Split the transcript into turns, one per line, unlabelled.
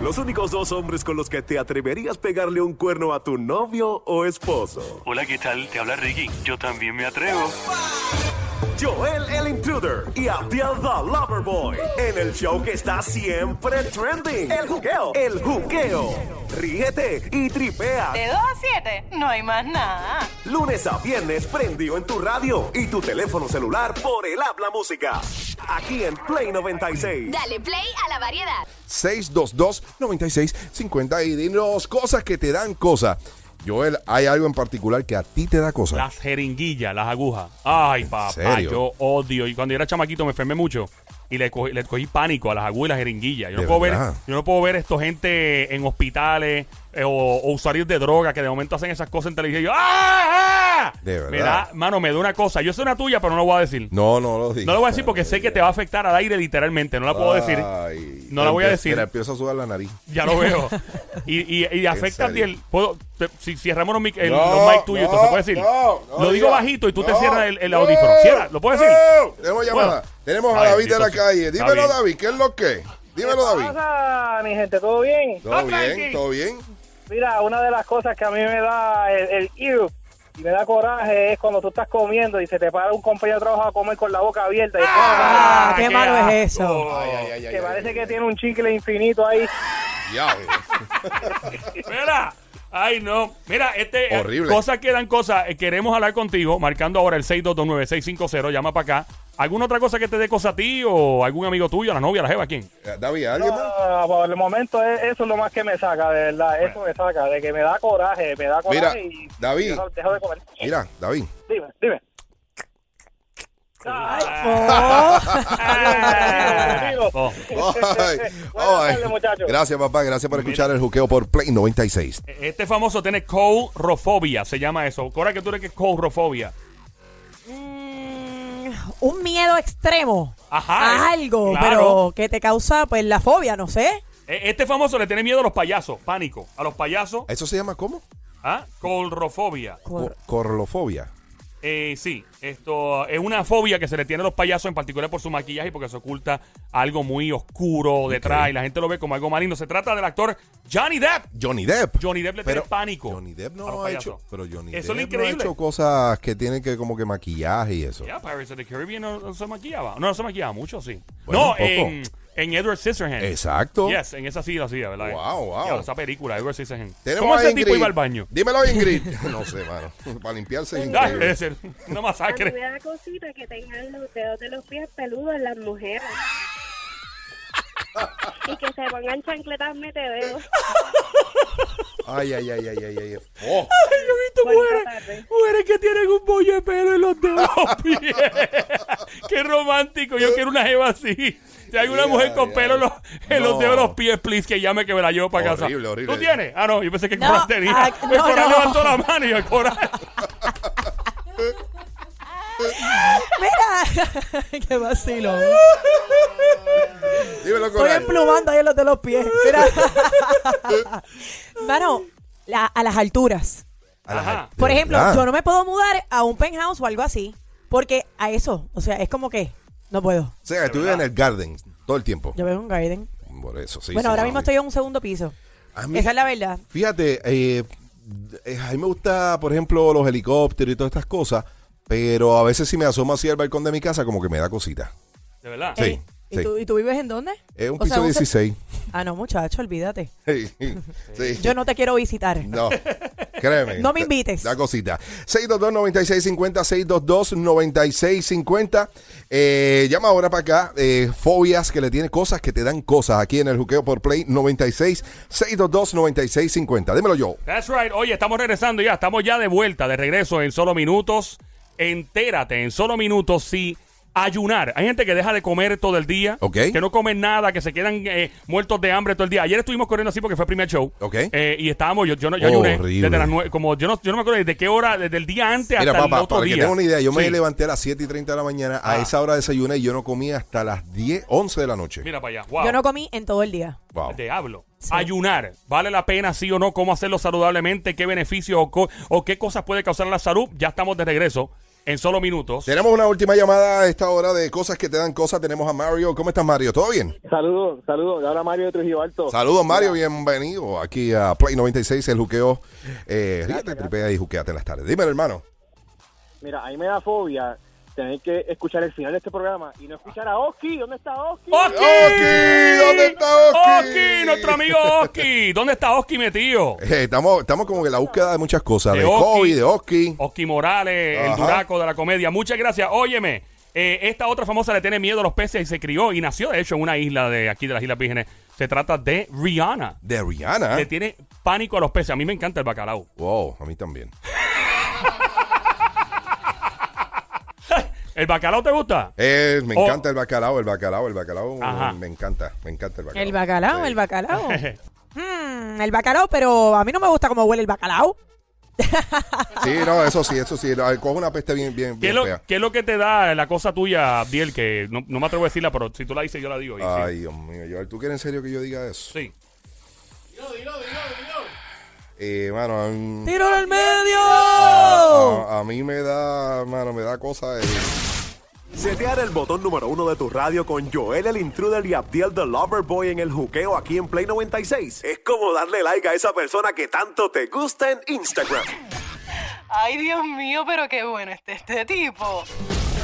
Los únicos dos hombres con los que te atreverías pegarle un cuerno a tu novio o esposo.
Hola, ¿qué tal? Te habla Ricky. Yo también me atrevo.
Joel el Intruder y Abdiel the Loverboy. En el show que está siempre trending. El juqueo. El juqueo. Ríete y tripea.
De 2 a 7, no hay más nada.
Lunes a viernes prendido en tu radio y tu teléfono celular por el habla música. Aquí en Play 96.
Dale play a la variedad.
622-9650 y dinos cosas que te dan cosas. Joel, hay algo en particular que a ti te da cosas.
Las jeringuillas, las agujas. Ay, papá,
serio?
yo odio. Y cuando yo era chamaquito me enfermé mucho. Y le cogí, le cogí pánico a las agujas y las jeringuillas. Yo
¿De
no, puedo ver,
verdad?
yo no puedo ver esto gente en hospitales eh, o, o usuarios de droga que de momento hacen esas cosas en televisión. Y yo, ¡ah! ah!
De verdad.
Me da, mano, me da una cosa. Yo sé una tuya, pero no lo voy a decir.
No, no lo digas. Ah.
No lo voy a decir porque sé que te va a afectar al aire literalmente. No la puedo decir.
Ay,
No la voy a
empe-
decir.
Mira, empiezo a sudar la nariz.
Ya lo veo. Y, y, y afecta
serio?
el. puedo- te- si cerramos los mic, el,
No,
los mic tuyos,
no,
entonces puedes decir.
no, no
lo digo
diga.
bajito y tú te
No,
cierras el, el
no,
audífono. Cierra, ¿lo puedes decir?
no. Tenemos llamada.
Bueno.
Tenemos a
Ay,
David de la
bendito sea.
calle.
Está
Dímelo,
bien.
David, ¿qué es lo que? Dímelo, David.
pasa, mi gente? ¿Todo bien?
¿Todo bien? ¿Todo bien?
Mira, una de las cosas que a mí me da el, el iru y me da coraje es cuando tú estás comiendo y se te para un compañero de trabajo a comer con la boca abierta. Y
Ah, qué
qué
malo
asco.
es eso.
Ay, ay, ay, ay,
que
ay,
parece
ay,
que
ay.
tiene un chicle infinito ahí.
Diablo.
Mira. Ay, no. Mira, este. eh,
Horrible.
Cosas que dan cosas. eh, queremos hablar contigo. Marcando ahora el 6229650. Llama para acá. ¿Alguna otra cosa que te dé cosa a ti o algún amigo tuyo, a la novia, a la jeva, a quién?
Eh, David, ¿alguien más?
Ah, por el momento es- eso es lo más que me saca, de verdad. Eso me saca, de que me da coraje, me da
Mira,
coraje y
David.
dejo, dejo de comer.
Mira, David.
Dime, dime.
Oh.
Ah. Oh.
Ay, ay.
tardes, muchachos.
Gracias, papá. Gracias por escuchar el juqueo por Play 96.
Este famoso tiene courofobia, se llama eso. Cora, que tú eres que es courofobia?
Mm, un miedo extremo
Ajá,
a algo,
claro.
pero que te causa pues la fobia, no sé.
E- Este famoso le tiene miedo a los payasos, pánico. A los payasos,
¿Eso se llama cómo?
¿ah? Coulrofobia.
Cor-
Co- Corlofobia.
Eh, sí, esto es una fobia que se le tiene a los payasos, en particular por su maquillaje y porque se oculta algo muy oscuro detrás y la gente lo ve como algo maligno. Se trata del actor Johnny Depp.
Johnny Depp.
Johnny Depp le tiene pánico
Johnny Depp
a los
no ha
payasos.
hecho. Pero Johnny
Eso es
Depp no
lo
ha
increíble.
hecho cosas que tienen que como que maquillaje y eso.
Ya, Pirates of the Caribbean no, no se maquillaba. No, no se maquillaba mucho, sí.
Bueno, un
no,
poco.
en, en Edward Scissorhands.
Exacto.
Yes, en esa sí la hacía, ¿verdad?
Wow, wow.
Ya, esa película, Edward Scissorhands.
Tenemos
¿Cómo
a
ese tipo
Ingrid.
iba al baño?
Dímelo, Ingrid. no sé, mano. Para limpiarse es
Ah,
increíble.
debe ser
A
una
mí me
masacre.
da cosita que tengan los dedos de los pies peludos las mujeres. y que se pongan chancletas metededos.
Ay, ay, ay, ay, ay, ay. Oh,
Yo he visto
Bonita tarde.
mujeres que tienen un bollo de pelo en los dedos de los pies. Qué romántico. Yo quiero una jeva así. Si hay una
Yeah,
mujer con
yeah.
pelo en los, en los
No.
dedos de los pies, please, que llame que me la llevo para casa.
Horrible, horrible.
¿Tú tienes? Ah, no, yo pensé que
No,
Coral tenía.
ah,
el
no,
Coral
no.
levantó la mano y el Coral.
Mira, qué vacilo.
dímelo,
Estoy
Coral.
emplumando ahí en los de los pies. Mira. Mano, la- a las alturas.
Ajá.
Por
De
ejemplo,
verdad.
yo no me puedo mudar a un penthouse o algo así, porque a eso, o sea, es como que no puedo.
O sea, que tú vives en el garden todo el tiempo.
Yo veo un garden.
Por eso, sí.
bueno,
sí,
ahora
sí,
mismo
sí.
estoy en un segundo piso.
A mí-
Esa es la verdad.
Fíjate, eh, eh, a mí me gusta, por ejemplo, los helicópteros y todas estas cosas, pero a veces si me asomo así al balcón de mi casa, como que me da cosita.
De verdad.
Sí,
Ey, ¿Y,
sí.
Tú, ¿Y tú vives en dónde?
Es un
O sea,
piso
se-
16.
Ah, no, muchacho, olvídate.
Sí, sí.
Yo no te quiero visitar.
No, créeme.
No me invites.
Da cosita. 622-9650, 622-9650. Eh, llama ahora para acá. eh, fobias que le tienen cosas que te dan cosas aquí en el Juqueo por Play 96, 622-9650. Dímelo yo.
That's right. Oye, estamos regresando ya. Estamos ya de vuelta, de regreso en solo minutos. Entérate en solo minutos si ayunar. Hay gente que deja de comer todo el día,
Ok.
que no comen nada, que se quedan eh, muertos de hambre todo el día. Ayer estuvimos corriendo así porque fue el primer show.
Ok. Oh,
Eh, y estábamos, yo, yo, no- yo
Horrible.
ayuné desde las nueve, como yo no, yo no me acuerdo desde qué hora, desde el día antes
Mira,
hasta el
papá,
otro
para
día.
que tenga una idea, yo me
Sí. Ah.
levanté a las 7 y 30 de la mañana. A esa hora desayuné y yo no comí hasta las 10, 11 de la noche.
Mira para allá. Wow.
Yo no comí en todo el día.
Wow.
Te hablo. Ayunar. ¿Vale la pena, sí o no? ¿Cómo hacerlo saludablemente? ¿Qué beneficios o, co- o qué cosas puede causar la salud? Ya estamos de regreso en solo minutos.
Tenemos una última llamada a esta hora de cosas que te dan cosas. Tenemos a Mario. ¿Cómo estás, Mario? ¿Todo bien?
Saludos, saludos. Ahora Mario de Trujillo Alto.
Saludos, Mario. Bienvenido aquí a Play 96, el juqueo. Eh, ríete, tripea y juqueate en las tardes. Dímelo, hermano.
Mira, a mí me da fobia tener que escuchar el final de este programa y no escuchar a Oski. ¿Dónde está Oski?
¡Oski!
¿Dónde está Oski?
¡Oski! Nuestro amigo Oski. ¿Dónde está Oski metido?
Eh, estamos, estamos como que en la búsqueda de muchas cosas. De,
De Oski.
COVID, de Oski.
Oski Morales,
Ajá.
el duraco de la comedia. Muchas gracias. Óyeme, eh, esta otra famosa le tiene miedo a los peces y se crió y nació, de hecho, en una isla de aquí de las Islas Vírgenes. Se trata de Rihanna.
De Rihanna.
Le tiene pánico a los peces. A mí me encanta el bacalao.
Wow, a mí también.
¿El bacalao te gusta?
Eh, me
Oh.
encanta el bacalao, el bacalao, el bacalao.
Ajá.
Me encanta, me encanta el bacalao.
El bacalao,
Sí.
el bacalao. Mm, el bacalao, pero a mí no me gusta cómo huele el bacalao.
Sí, no, eso sí, eso sí. lo- Coge una peste bien, bien,
¿Qué es,
bien
lo,
fea.
qué es lo que te da la cosa tuya, Abdiel? Que no, no me atrevo a decirla, pero si tú la dices, yo la digo. Y sí.
Ay, Dios mío, Joel, ¿tú quieres en serio que yo diga eso?
sí.
Eh, mano, mm, Ah.
¡Tiro al medio!
a, a mí me da, mano, me da cosa. eh.
Setear el botón número uno de tu radio con Joel el Intruder y Abdiel the Lover Boy en el juqueo aquí en Play 96. Es como darle like a esa persona que tanto te gusta en Instagram.
Ay, Dios mío, pero qué bueno este, este tipo.